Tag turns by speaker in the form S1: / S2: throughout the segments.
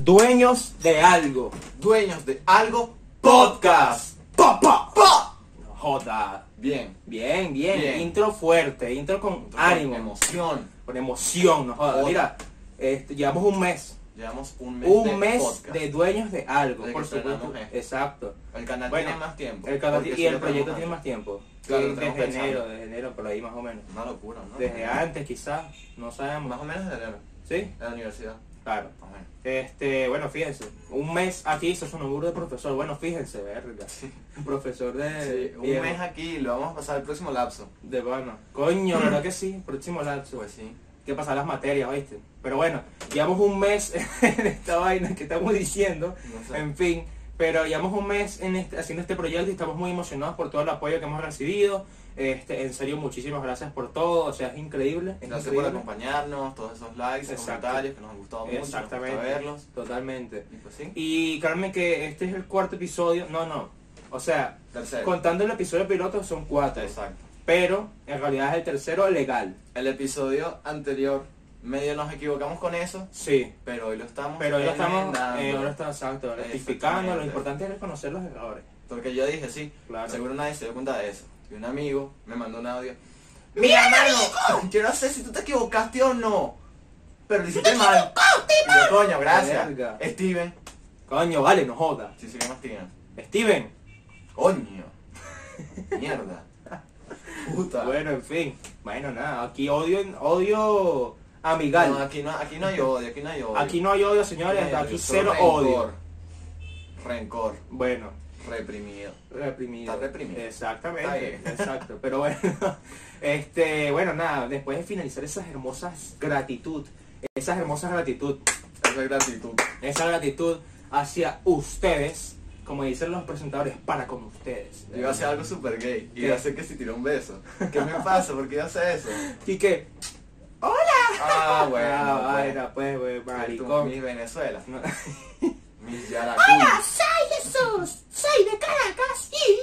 S1: Dueños de algo.
S2: Dueños de algo podcast.
S1: ¡Pa, pa, pa!
S2: No joda. Bien.
S1: Bien, bien,
S2: Bien.
S1: Intro fuerte, intro con ánimo,
S2: Emoción.
S1: con emoción. No joda.
S2: Joda.
S1: Mira, este, llevamos un mes.
S2: Llevamos un mes de
S1: Un mes
S2: podcast.
S1: de dueños de algo.
S2: Desde
S1: por
S2: que estrenamos
S1: supuesto.
S2: esto.
S1: Exacto.
S2: El canal
S1: Bueno,
S2: tiene más tiempo.
S1: El canal-
S2: porque
S1: y
S2: sí
S1: el
S2: lo
S1: proyecto
S2: tenemos
S1: tiene más
S2: antes.
S1: tiempo.
S2: Claro, lo
S1: Sí,
S2: tenemos
S1: desde
S2: pensando. Ah,
S1: enero, desde enero, por ahí más o menos.
S2: Una locura, ¿no? Eh,
S1: Desde antes quizás, no sabemos.
S2: Más o menos desde enero.
S1: ¿Sí?
S2: En la universidad.
S1: Claro.
S2: Más o menos.
S1: Este, bueno, fíjense, un mes aquí se sonoburo de profesor. Bueno, fíjense, verga. Profesor de.
S2: Sí, un
S1: viejo,
S2: mes aquí lo vamos a pasar el próximo lapso.
S1: De bueno. Coño, ¿verdad que sí? Próximo lapso.
S2: Pues sí.
S1: que pasar las materias, ¿viste? Pero bueno, llevamos un mes en esta vaina que estamos diciendo.
S2: No sé.
S1: En fin, pero llevamos un mes en este- haciendo este proyecto y estamos muy emocionados por todo el apoyo que hemos recibido. Este, en serio, muchísimas gracias por todo. O sea, es increíble. Es
S2: Gracias por
S1: increíble.
S2: acompañarnos, todos esos likes,
S1: Exacto.
S2: comentarios que nos han gustado mucho, nos gusta
S1: Exactamente.
S2: verlos.
S1: Totalmente.
S2: Y pues sí,
S1: Y Carmen, que este es el cuarto episodio. No, no. O sea,
S2: tercero.
S1: contando el episodio piloto son cuatro.
S2: Exacto.
S1: Pero en realidad es el tercero legal.
S2: El episodio anterior, medio nos equivocamos con eso,
S1: Sí.
S2: pero hoy lo estamos
S1: Pero ahora estamos,
S2: enmendando.
S1: eh, ahora estamos exacto, rectificando. Lo
S2: Exactamente.
S1: importante es reconocer los errores.
S2: Porque yo dije, sí,
S1: Claro.
S2: seguro nadie se dio cuenta de eso. Y un amigo me mandó un audio.
S1: ¡Mira,
S2: mano! Yo no sé si tú te equivocaste o no, pero lo hiciste mal. Y yo, coño, gracias.
S1: Verga.
S2: Steven.
S1: Coño, vale, no jodas.
S2: Sí, sí, ¿qué más Steven?
S1: Steven.
S2: Coño. Mierda. Puta.
S1: Bueno, en fin. Bueno, nada, aquí odio, odio
S2: No,
S1: amigal.
S2: aquí no, aquí no hay odio, aquí no hay odio.
S1: Aquí no hay odio, señores,
S2: Odio,
S1: aquí
S2: solo
S1: cero
S2: rencor.
S1: odio.
S2: Rencor,
S1: Bueno,
S2: reprimido.
S1: reprimido.
S2: Está reprimido. Está
S1: Exactamente,
S2: bien.
S1: exacto. Pero bueno, este, bueno, nada, después de finalizar esas hermosas gratitud, esas hermosas gratitud,
S2: Esa es gratitud.
S1: esa gratitud hacia ustedes, como dicen los presentadores, para con ustedes.
S2: Yo iba a hacer algo super gay y
S1: ¿Qué?
S2: iba a hacer que si tiró un beso. ¿Qué me pasa? ¿Por qué iba a hacer eso?
S1: Y que,
S2: Ah, bueno.
S1: ah,
S2: pues.
S1: vaina, pues, güey,
S2: Tú,
S1: maricón.
S2: Mis Venezuela.
S1: No.
S2: Mis Yaracuy.
S1: ¡Soy Jesús! ¡Soy de Caracas y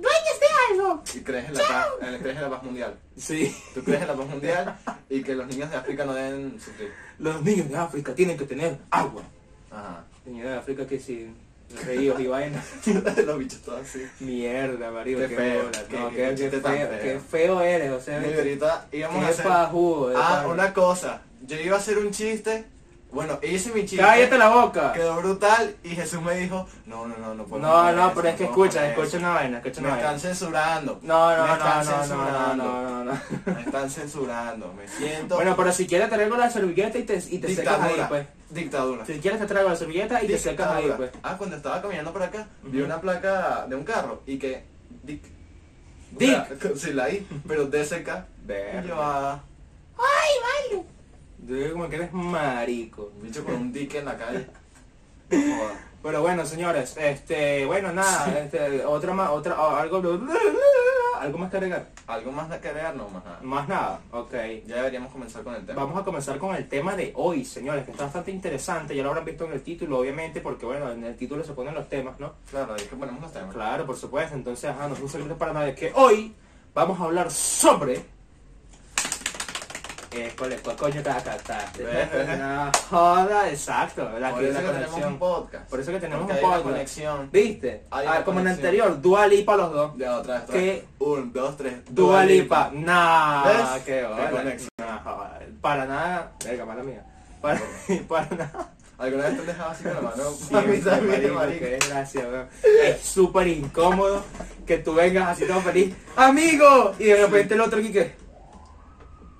S1: dueños de algo!
S2: Y crees en la paz, en- crees en la paz mundial.
S1: Sí,
S2: Tú crees en la paz mundial y que los niños de África no deben sufrir.
S1: los niños de África tienen que tener agua.
S2: Ajá.
S1: Niños de África que si ríos y vainas.
S2: los bichos todos así.
S1: Mierda, marido,
S2: Qué
S1: qué,
S2: feo,
S1: bola,
S2: qué-
S1: no,
S2: qué
S1: qué, qué
S2: chiste tan
S1: feo,
S2: feo.
S1: qué feo eres, o sea,
S2: Y
S1: qué
S2: ahorita íbamos a hacer...
S1: pajugo, de
S2: Ah,
S1: pana.
S2: una cosa. Yo iba a hacer un chiste. Bueno, hice mi chiste.
S1: cállate la boca.
S2: Quedó brutal y Jesús me dijo, no, no, no, no puedo.
S1: No, no, pero es que escucha, escucha una vaina, escucha
S2: Me
S1: una
S2: están
S1: vaina.
S2: censurando.
S1: No, no,
S2: me
S1: no,
S2: están
S1: no, no, no,
S2: censurando.
S1: no, no, no.
S2: Me están censurando. Me siento.
S1: Bueno, pero si quieres te traigo la servilleta y te, y te secas ahí,
S2: dictadura.
S1: pues.
S2: Dictadura.
S1: Si quieres te traigo la servilleta y te secas
S2: Dictadura.
S1: ahí, pues.
S2: Ah, cuando estaba caminando por acá, vi
S1: Ujú.
S2: una placa de un carro y que. Dick.
S1: Dick.
S2: O sea, sí, la I, pero DSK. Y yo, ah,
S1: Yo digo como que eres marico.
S2: un bicho con un dick en la calle. No joda.
S1: Pero bueno, señores, este, bueno, nada, este, otra más, otra, oh, algo, algo más que agregar.
S2: Algo más de querer, no más nada.
S1: Más nada, ok.
S2: Ya deberíamos comenzar con el tema.
S1: Mm. Vamos a comenzar con el tema de hoy, señores, que está bastante interesante, ya lo habrán visto en el título, obviamente, porque bueno, en el título se ponen los temas, ¿no?
S2: Claro, ahí es que ponemos los temas.
S1: Claro, por supuesto, entonces, ajá, no es un secreto para nadie que hoy vamos a hablar sobre... Eh, ¿cuál es? ¿Cuál coño te acataste?
S2: Ve.
S1: No, joda, exacto, la,
S2: Por
S1: que- la
S2: eso que tenemos un
S1: conexión.
S2: podcast.
S1: Por eso que tenemos
S2: Porque
S1: un
S2: hay una
S1: podcast.
S2: conexión.
S1: ¿Viste?
S2: Hay
S1: Ah,
S2: una
S1: como en el
S2: conexión.
S1: anterior, Dua Lipa los dos.
S2: Ya, otra vez, otra
S1: ¿Qué?
S2: vez. Un, dos, tres.
S1: Dua Lipa.
S2: ¿Ves?
S1: Nah, qué
S2: Te
S1: bola.
S2: conexión.
S1: Nah, joder. para nada. Venga, mala mía. Para, para nada.
S2: ¿Alguna vez te han dejado así con la mano? A mí
S1: Siempre,
S2: también,
S1: marico,
S2: marico.
S1: qué desgracia, weón. Es súper incómodo que tú vengas así todo feliz. ¡Amigo! Y de repente el otro aquí que.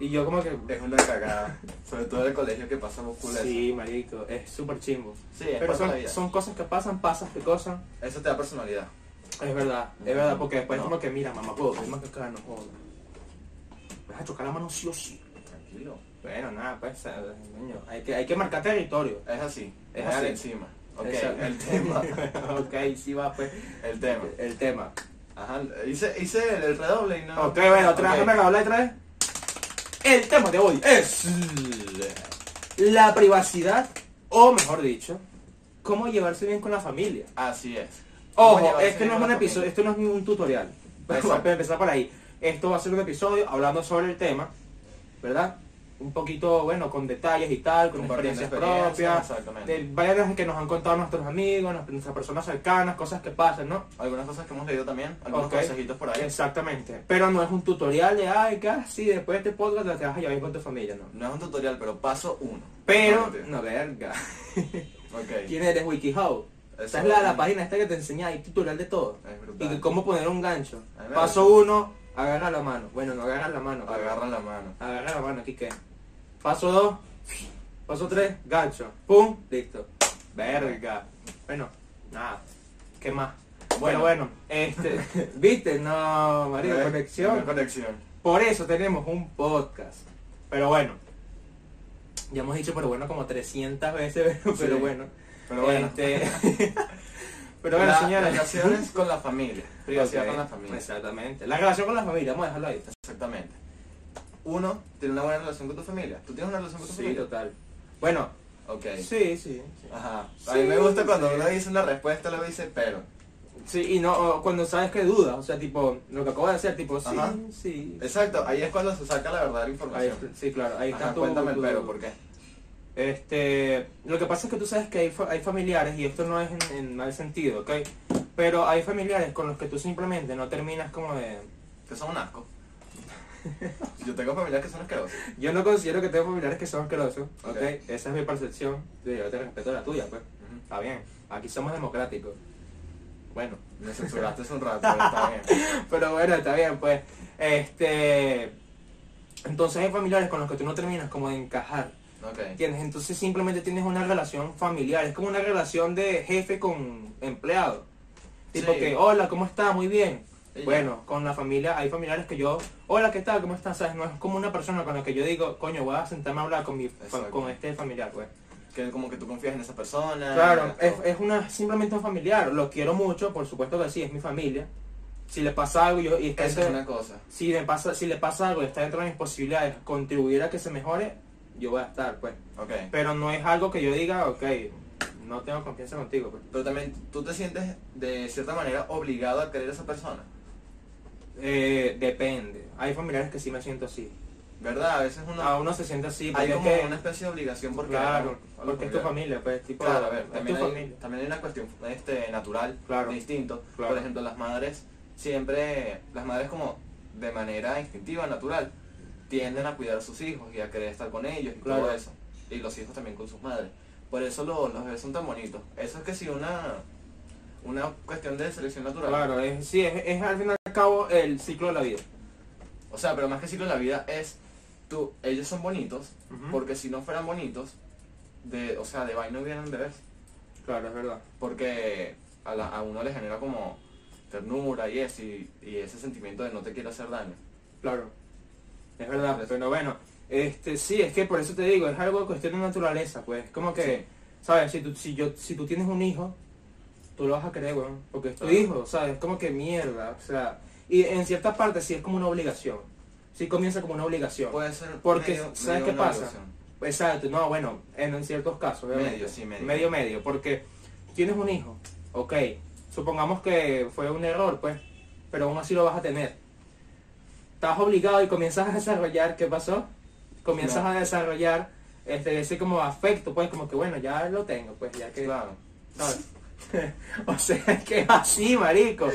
S1: Y yo como que.
S2: Es una cagada. Sobre todo en el colegio que pasamos culo
S1: Sí, marico, es súper chimbo.
S2: Sí, es
S1: Pero
S2: parte de la
S1: son,
S2: vida.
S1: son cosas que pasan, pasas que cosas.
S2: Eso te da personalidad.
S1: Es verdad, es verdad, porque después
S2: No.
S1: es como que mira, mamá, puedo pedir más que acá, no jodas. Me vas a chocar la mano sí o sí.
S2: Tranquilo.
S1: Bueno, nada, pues, eh, coño, hay que, hay que marcar territorio.
S2: Es así.
S1: Es
S2: Es
S1: así.
S2: encima. Ok,
S1: Exacto.
S2: el tema.
S1: ok, sí va, pues.
S2: El tema.
S1: El tema.
S2: Ajá, hice, hice el, el redoble y no.
S1: Ok, bueno, otra vez,
S2: Ok.
S1: me redoblé otra vez. El tema de hoy es la privacidad, o mejor dicho, cómo llevarse bien con la familia.
S2: Así es. ¿Cómo
S1: Ojo,
S2: llevarse
S1: este
S2: bien
S1: no es
S2: con
S1: un
S2: la
S1: episodio,
S2: familia?
S1: esto no es un tutorial. Vamos
S2: Exacto.
S1: a empezar por ahí. Esto va a ser un episodio hablando sobre el tema, ¿verdad? un poquito, bueno, con detalles y tal, con
S2: Compartiendo
S1: experiencias
S2: experiencias,
S1: propias,
S2: Exactamente.
S1: de vainas que nos han contado nuestros amigos, nuestras nuestras personas cercanas, cosas que pasan, ¿no?
S2: Algunas cosas que hemos leído también, algunos
S1: Ok.
S2: consejitos por ahí.
S1: Exactamente. Pero no es un tutorial de, ay, casi después de este podcast te vas a llevar con tu familia, ¿no?
S2: No es un tutorial, pero paso uno.
S1: Pero,
S2: Normalmente.
S1: no, verga.
S2: Ok.
S1: ¿Quién eres WikiHow? Esa es la, la página esta que te enseña ahí tutorial de todo.
S2: Es
S1: Y
S2: brutal.
S1: que cómo poner un gancho.
S2: A ver.
S1: Paso uno, agarra la mano. Bueno, no agarra la mano. pero-
S2: Agarra la mano.
S1: Agarra la mano, Kike. Paso 2. Paso 3. Gancho. Pum. Listo. Verga. Bueno, nada. ¿Qué más? Bueno,
S2: Bueno.
S1: bueno. Este, ¿Viste? No, marido,
S2: Eh,
S1: conexión.
S2: Conexión.
S1: Por eso tenemos un podcast. Pero bueno. Ya hemos dicho, pero bueno, como 300 veces, pero,
S2: Sí.
S1: pero bueno.
S2: Pero bueno.
S1: Este, pero bueno,
S2: La-
S1: señores.
S2: Relaciones con la familia. Privacidad
S1: Ok,
S2: con la familia.
S1: Exactamente. La relación con la familia, vamos a dejarlo ahí.
S2: Exactamente. Uno, tiene una buena relación con tu familia. ¿Tú tienes una relación con tu
S1: Sí,
S2: familia?
S1: total. Bueno,
S2: Ok.
S1: sí, sí. sí.
S2: Ajá. A
S1: Sí,
S2: mí me gusta cuando
S1: sí.
S2: uno dice una respuesta, luego dice pero.
S1: Sí, y no, o cuando sabes que dudas, o sea, tipo, lo que acabo de hacer, tipo, sí,
S2: Ajá.
S1: sí.
S2: Exacto, ahí es cuando se saca la verdadera
S1: Ahí
S2: información.
S1: está- sí, claro, ahí está
S2: Ajá,
S1: tu-
S2: cuéntame el
S1: tu-
S2: pero, ¿por qué?
S1: Este, lo que pasa es que tú sabes que hay, fa- hay familiares, y esto no es en, en mal sentido, ¿ok? Pero hay familiares con los que tú simplemente no terminas como de...
S2: Que son un asco. Yo tengo familias que son asquerosas.
S1: Yo no considero que tengo familiares que son asquerosos, ¿ok?
S2: Ok.
S1: Esa es mi percepción, Sí, yo te respeto la tuya, pues. Está bien, aquí somos democráticos. Bueno,
S2: Me censuraste hace un rato, pero está bien.
S1: Pero bueno, está bien, pues. Este. Entonces hay familiares con los que tú no terminas como de encajar.
S2: Ok.
S1: ¿Entiendes? Entonces simplemente tienes una relación familiar. Es como una relación de jefe con empleado. Tipo
S2: Sí.
S1: que, hola, ¿cómo estás? Muy bien.
S2: Y ya.
S1: Bueno, con la familia, hay familiares que yo, hola, ¿qué tal? ¿Cómo estás? ¿Sabes? No es como una persona con la que yo digo, coño, voy a sentarme a hablar con mi
S2: Exacto.
S1: con este familiar, pues.
S2: Que como que tú confías en esa persona.
S1: Claro,
S2: todo.
S1: es, es una, simplemente un familiar. Lo quiero mucho, por supuesto que sí, es mi familia. Si le pasa algo, yo, y es que
S2: Esa es
S1: ese-
S2: una cosa.
S1: si le pasa si le pasa algo y está dentro de mis posibilidades contribuir a que se mejore yo voy a estar pues
S2: Ok.
S1: pero no es algo que yo diga ok no tengo confianza contigo pues.
S2: Pero también tú te sientes de cierta manera obligado a querer a esa persona.
S1: Eh, depende hay familiares que sí me siento así
S2: ¿Verdad? A veces uno...
S1: a uno se siente así Ah, porque
S2: hay
S1: es
S2: como
S1: que-
S2: una especie de obligación por querer a- a
S1: claro
S2: los
S1: porque es tu
S2: familiares.
S1: familia pues tipo
S2: Claro, a ver,
S1: es tu
S2: también hay,
S1: familia
S2: también hay una cuestión este, natural,
S1: Claro.
S2: de instinto.
S1: Claro.
S2: Por ejemplo, las madres siempre, las madres como de manera instintiva, natural, tienden a cuidar a sus hijos y a querer estar con ellos y
S1: Claro.
S2: todo eso. Y los hijos también con sus madres. Por eso lo- los bebés son tan bonitos. Eso es que sí una, una cuestión de selección natural.
S1: claro es, sí es, es al fin y al cabo el ciclo de la vida
S2: O sea, pero más que ciclo de la vida es, tú, ellos son bonitos,
S1: Ujú.
S2: porque si no fueran bonitos, de, o sea, de vaina hubieran bebés.
S1: claro es verdad
S2: porque a, la- a uno le genera como ternura y, eso, y, y ese sentimiento de no te quiero hacer daño.
S1: Claro. Es verdad,
S2: Entonces-
S1: pero bueno, este sí, es que por eso te digo, es algo de cuestión de naturaleza, pues. Como que,
S2: Sí.
S1: ¿sabes? Si tú, si, yo, si tú tienes un hijo, tú lo vas a querer, weón. Porque es tu
S2: Claro.
S1: hijo, ¿sabes? Como que mierda, o sea. Y en ciertas partes sí es como una obligación. Sí comienza como una obligación.
S2: Puede ser
S1: Porque,
S2: medio-
S1: ¿sabes
S2: medio
S1: qué
S2: una
S1: pasa?
S2: evolución.
S1: Exacto, no, bueno, en, en ciertos casos, obviamente.
S2: Medio, sí, medio.
S1: Medio, medio, porque tienes un hijo, ok, supongamos que fue un error, pues, pero aún así lo vas a tener. Estás obligado y comienzas a desarrollar, ¿qué pasó? Comienzas
S2: No.
S1: a desarrollar este, ese como afecto, pues, como que bueno, ya lo tengo, pues, ya que...
S2: Claro.
S1: ¿sabes? o sea, que es así, marico.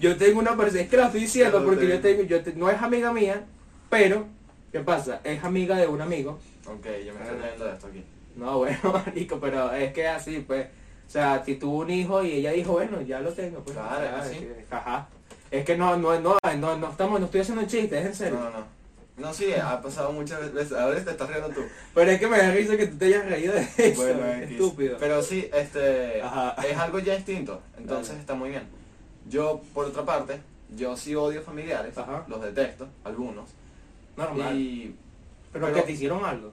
S1: Yo tengo una persona, es que la estoy diciendo
S2: Claro,
S1: porque
S2: te
S1: yo
S2: digo.
S1: tengo, yo te- no es amiga mía, pero, ¿qué pasa? Es amiga de un amigo.
S2: Ok, yo me estoy
S1: Ah.
S2: riendo de esto aquí.
S1: No, bueno, marico, pero es que así, pues. O sea, si tuvo un hijo y ella dijo, bueno, ya lo tengo, pues.
S2: Claro,
S1: ya,
S2: es así.
S1: que- Ajá. Es que no, no, no, no, no estamos, no estoy haciendo un chiste, es en serio.
S2: No, no, no. No, sí, ha pasado muchas veces. Ahora te estás riendo tú.
S1: Pero es que me da risa que tú te hayas reído de eso,
S2: Bueno, X.
S1: estúpido.
S2: Pero sí, este,
S1: Ajá.
S2: es algo ya distinto. Entonces
S1: Dale.
S2: está muy bien. Yo, por otra parte, yo sí odio familiares.
S1: Ajá.
S2: Los detesto, algunos.
S1: Normal.
S2: Y
S1: pero,
S2: pero-
S1: que te hicieron algo.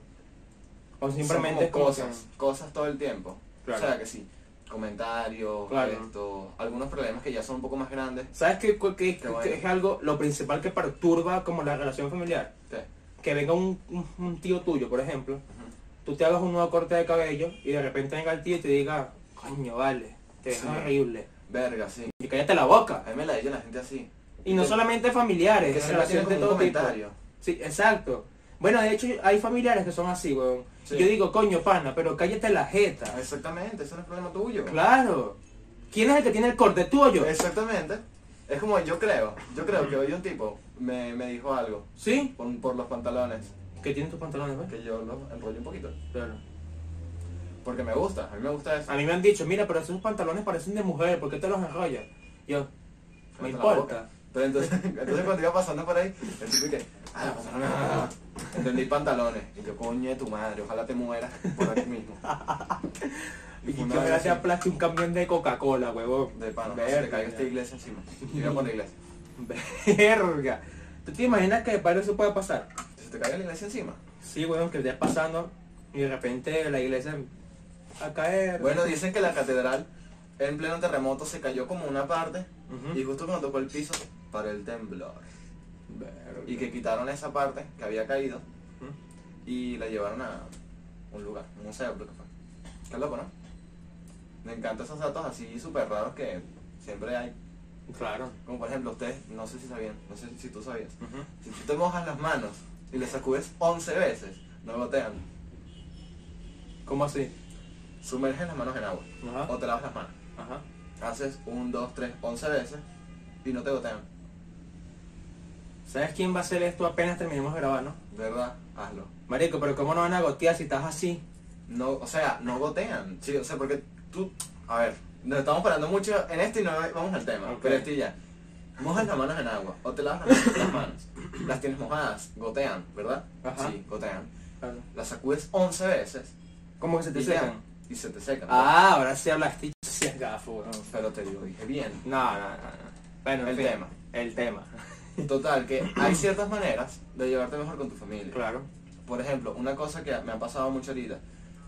S1: O simplemente
S2: Son como
S1: es como
S2: cosas, cosas todo el tiempo.
S1: Claro.
S2: O sea que sí, comentarios,
S1: Claro.
S2: esto, algunos problemas que ya son un poco más grandes.
S1: que- ¿Sabes qué, qué- qué-
S2: Qué bueno.
S1: qué es algo, lo principal que perturba como la relación familiar?
S2: Sí.
S1: Que venga un- un- un tío tuyo, por ejemplo,
S2: Ujú.
S1: tú te hagas un nuevo corte de cabello y de repente venga el tío y te diga, coño, vale, te ves
S2: Sí.
S1: horrible.
S2: Verga, sí.
S1: Y cállate la boca.
S2: A mí me la dice la gente así.
S1: Y no
S2: Que-
S1: solamente familiares,
S2: que
S1: en
S2: siempre tienen
S1: relaciones de
S2: como un
S1: todo tipo.
S2: comentario.
S1: Sí, exacto. Bueno, de hecho hay familiares que son así, weón.
S2: Sí.
S1: Yo digo, coño, pana, pero cállate la jeta.
S2: Exactamente, eso no es problema tuyo.
S1: Claro. ¿Quién es el que tiene el corte? ¿Tú o yo?
S2: Exactamente. Es como yo creo, yo creo que hoy un tipo me, me dijo algo
S1: ¿Sí?
S2: por, por los pantalones,
S1: Que tiene tus pantalones, pues. ¿ves?
S2: que yo los enrollo un poquito,
S1: Claro.
S2: porque me gusta, a mí me gusta eso.
S1: A mí me han dicho, mira, pero esos pantalones parecen de mujer, ¿por qué te los enrollas? Yo, me
S2: Cállate la
S1: importa.
S2: boca. Pero entonces, entonces cuando iba pasando por ahí, el tipo que, ah, los pantalones, ah". entendí pantalones, y yo, coño de tu madre, ojalá te mueras por aquí mismo.
S1: Y que
S2: Una
S1: me
S2: vez
S1: hace
S2: así.
S1: aplaste un camión de Coca-Cola, huevón.
S2: De pan, no se
S1: Verga.
S2: te caiga esta iglesia encima. Y voy a por la iglesia.
S1: Verga. ¿Tú te imaginas que para eso pueda pasar?
S2: Si te caiga la iglesia encima.
S1: Sí, weón, que estés pasando y de repente la iglesia a caer.
S2: Bueno, dicen que la catedral en pleno terremoto se cayó como una parte
S1: Ujú.
S2: y justo cuando tocó el piso paró el temblor.
S1: Verga.
S2: Y que quitaron esa parte que había caído
S1: Ujú.
S2: y la llevaron a un lugar, un museo creo que fue. Qué loco, ¿no? Me encantan esos datos así súper raros que siempre hay.
S1: Claro.
S2: Como por ejemplo ustedes, no sé si sabían, no sé si tú sabías.
S1: Ujú.
S2: Si tú te mojas las manos y le sacudes 11 veces, no gotean.
S1: ¿Cómo así?
S2: Sumerges las manos en agua
S1: Ajá.
S2: o te lavas las manos.
S1: Ajá.
S2: Haces 1, 2, 3, 11 veces y no te gotean.
S1: ¿Sabes quién va a hacer esto apenas terminemos de grabar, no?
S2: De verdad, hazlo.
S1: Marico, pero ¿cómo no van a gotear si estás así?
S2: No, o sea, no gotean. Sí, o sea, porque tú, a ver, nos estamos parando mucho en este y no vamos al tema.
S1: Ok.
S2: Pero este ya. Mojas las manos en agua o te lavas las las manos. Las tienes mojadas, gotean, ¿verdad?
S1: Ajá.
S2: Sí, gotean. Las sacudes 11 veces
S1: ¿Cómo que se te
S2: y
S1: secan?
S2: ya, y se te secan.
S1: Ah, ahora sí hablaste si es gafo, weón.
S2: Pero te digo, dije bien.
S1: No, no, no, no. Bueno, en
S2: El
S1: fin,
S2: tema.
S1: El tema.
S2: Total, que hay ciertas maneras de llevarte mejor con tu familia.
S1: Claro.
S2: Por ejemplo, una cosa que me ha pasado mucho ahorita.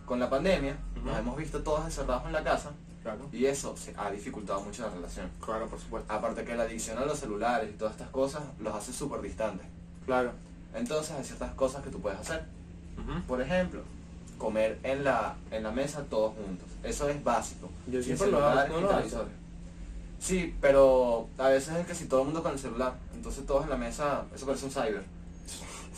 S2: Con la pandemia, nos
S1: Ujú.
S2: hemos visto todos encerrados en la casa
S1: Claro.
S2: y eso se ha dificultado mucho la relación.
S1: Claro, por supuesto.
S2: Aparte que la adicción a los celulares y todas estas cosas los hace súper distantes.
S1: Claro.
S2: Entonces hay ciertas cosas que tú puedes hacer. Por ejemplo, comer en la, en la mesa todos juntos. Eso es básico.
S1: Yo
S2: Sin
S1: siempre lo hago,
S2: celulares
S1: ¿no
S2: y
S1: lo haces?
S2: televisores. Sí, pero a veces es casi todo el mundo con el celular. Entonces todos en la mesa, eso parece un cyber.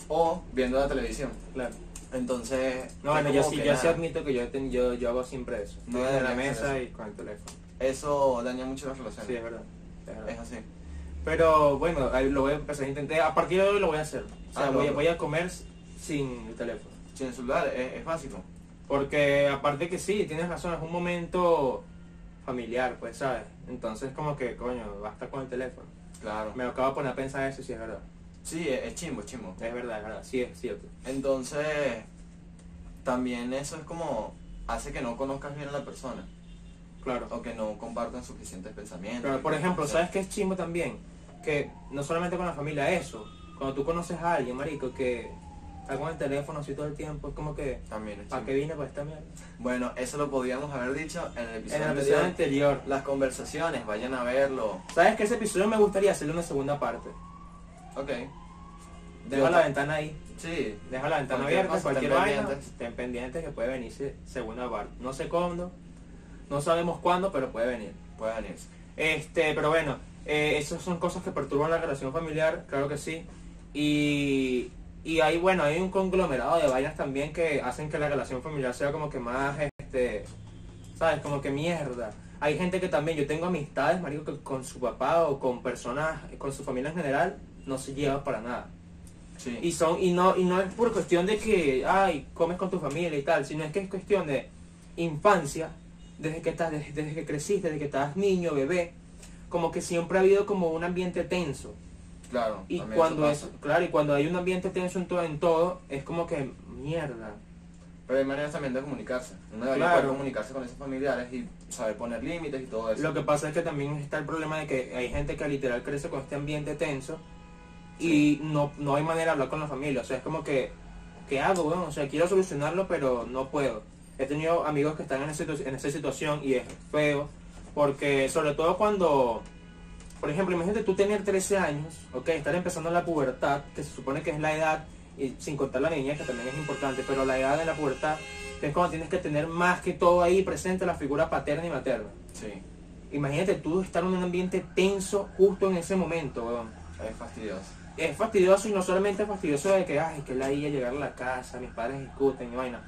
S2: O viendo la televisión.
S1: Claro.
S2: Entonces...
S1: No,
S2: es
S1: bueno, yo
S2: como
S1: sí,
S2: que
S1: yo sí
S2: nada,
S1: admito que yo, he ten- yo, yo hago siempre eso.
S2: No
S1: No en la
S2: deberías hacer
S1: mesa
S2: eso.
S1: y con el teléfono.
S2: Eso daña mucho las relaciones.
S1: Sí, es verdad. Es verdad.
S2: Es así.
S1: Pero bueno, ahí lo voy a empezar a intentar. A partir de hoy lo voy a hacer. O sea,
S2: Ah,
S1: voy, a-
S2: no.
S1: voy a comer s- sin el teléfono.
S2: Sin el celular es, es básico.
S1: Porque aparte que sí, tienes razón, es un momento familiar, pues, ¿sabes? Entonces como que, coño, basta con el teléfono.
S2: Claro.
S1: Me acabo de poner a pensar eso, sí, es verdad.
S2: Sí, es, es chimbo, es chimbo.
S1: Es verdad, es verdad, sí, es cierto.
S2: Entonces, también eso es como hace que no conozcas bien a la persona
S1: Claro.
S2: o que no compartan suficientes pensamientos.
S1: Claro, por ejemplo,
S2: O sea,
S1: ¿sabes qué es chimbo también? Que no solamente con la familia eso, cuando tú conoces a alguien, marico, que está con el teléfono así todo el tiempo, es como que,
S2: También es
S1: ¿para qué
S2: chimbo.
S1: vine para esta mierda?
S2: Bueno, eso lo podíamos haber dicho en el
S1: En
S2: episodio
S1: el
S2: anterior.
S1: episodio anterior.
S2: Las conversaciones, vayan a verlo.
S1: ¿Sabes qué? Ese episodio me gustaría hacerle una segunda parte.
S2: Ok.
S1: Deja
S2: Yo-
S1: la ventana ahí,
S2: Sí,
S1: deja la ventana
S2: Cualquier
S1: abierta,
S2: cosa,
S1: cualquier
S2: estén
S1: vaina,
S2: pendientes.
S1: estén pendientes que puede venirse segunda parte. No sé cuándo, no sabemos cuándo, pero puede venir.
S2: puede venirse.
S1: Este, pero bueno, eh, esas son cosas que perturban la relación familiar, claro que sí. Y, y hay, bueno, hay un conglomerado de vainas también que hacen que la relación familiar sea como que más, este, ¿sabes? Como que mierda. Hay gente que también, yo tengo amistades, marico, que con su papá o con personas, con su familia en general, no se lleva para nada.
S2: Sí.
S1: Y son, y no, y no es por cuestión de que, ay, comes con tu familia y tal, sino es que es cuestión de infancia, desde que estás, desde, desde que creciste, desde que estabas niño, bebé, como que siempre ha habido como un ambiente tenso.
S2: claro.
S1: Y
S2: también
S1: cuando
S2: eso
S1: es,
S2: pasa.
S1: claro, y cuando hay un ambiente tenso en todo, en todo, es como que mierda.
S2: Pero hay maneras también de comunicarse. Uno debería
S1: Claro.
S2: poder comunicarse con esos familiares y saber poner límites y todo eso.
S1: Lo que pasa es que también está el problema de que hay gente que literal crece con este ambiente tenso y no, no hay manera de hablar con la familia. O sea, es como que, ¿qué hago, weón? O sea, quiero solucionarlo, pero no puedo. He tenido amigos que están en, esa situ- en esa situación y es feo. Porque sobre todo cuando, por ejemplo, imagínate tú tener 13 años, ok, estar empezando la pubertad, que se supone que es la edad, y sin contar la niñez, que también es importante, pero la edad de la pubertad es cuando tienes que tener más que todo ahí presente la figura paterna y materna.
S2: Sí,
S1: Imagínate tú estar en un ambiente tenso justo en ese momento, weón.
S2: es fastidioso.
S1: es fastidioso y no solamente es fastidioso de que, ay, que la idea llegar a la casa, mis padres discuten y vaina,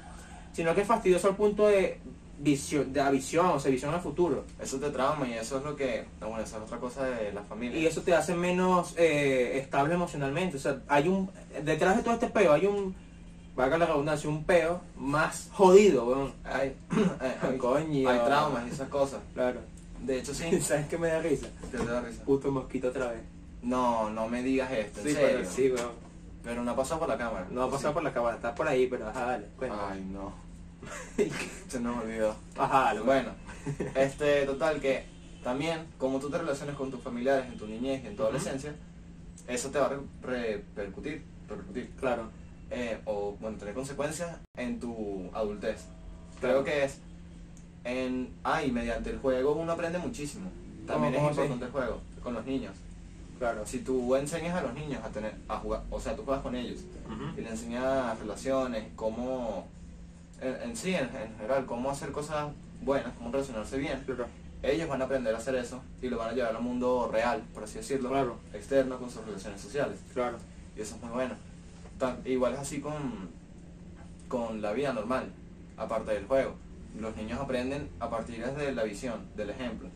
S1: sino que es fastidioso al punto de visión, de la visión, o sea, visión al futuro.
S2: Eso te trauma y eso es lo que. no, bueno, esa es otra cosa de la familia.
S1: Y eso te hace menos eh, estable emocionalmente. O sea, hay un. Detrás de todo este peo hay un. Valga la redundancia, un peo más jodido, weón.
S2: Hay, hay,
S1: Coño.
S2: hay traumas y esas cosas.
S1: Claro.
S2: De hecho, sí.
S1: ¿Sabes qué me da risa?
S2: te da risa.
S1: Justo mosquito otra vez.
S2: No, no me digas esto, en
S1: Sí,
S2: serio.
S1: pero sí, weón.
S2: Pero no ha pasado por la cámara.
S1: No ha pasado por la cámara, está por ahí, pero ajá, dale. cuenta.
S2: Ay, no. Se nos olvidó.
S1: Ajá, dale, weón.
S2: Bueno, este, total que también, como tú te relacionas con tus familiares en tu niñez y en tu
S1: Ujú.
S2: adolescencia, eso te va a re- repercutir, repercutir,
S1: Claro.
S2: eh, o bueno, tener consecuencias en tu adultez.
S1: Claro.
S2: Creo que es en, ay, mediante el juego uno aprende muchísimo. También
S1: ¿Cómo- cómo
S2: es
S1: así?
S2: importante el juego con los niños.
S1: Claro.
S2: Si tú enseñas a los niños a tener, a jugar, o sea, tú juegas con ellos y le enseñas relaciones, cómo, en, en sí, en, en general, cómo hacer cosas buenas, cómo relacionarse bien.
S1: Claro.
S2: Ellos van a aprender a hacer eso y lo van a llevar al mundo real, por así decirlo,
S1: Claro.
S2: externo con sus relaciones sociales.
S1: Claro.
S2: Y eso es muy bueno. Tan- igual es así con, con la vida normal, aparte del juego. Los niños aprenden a partir de la visión, del ejemplo.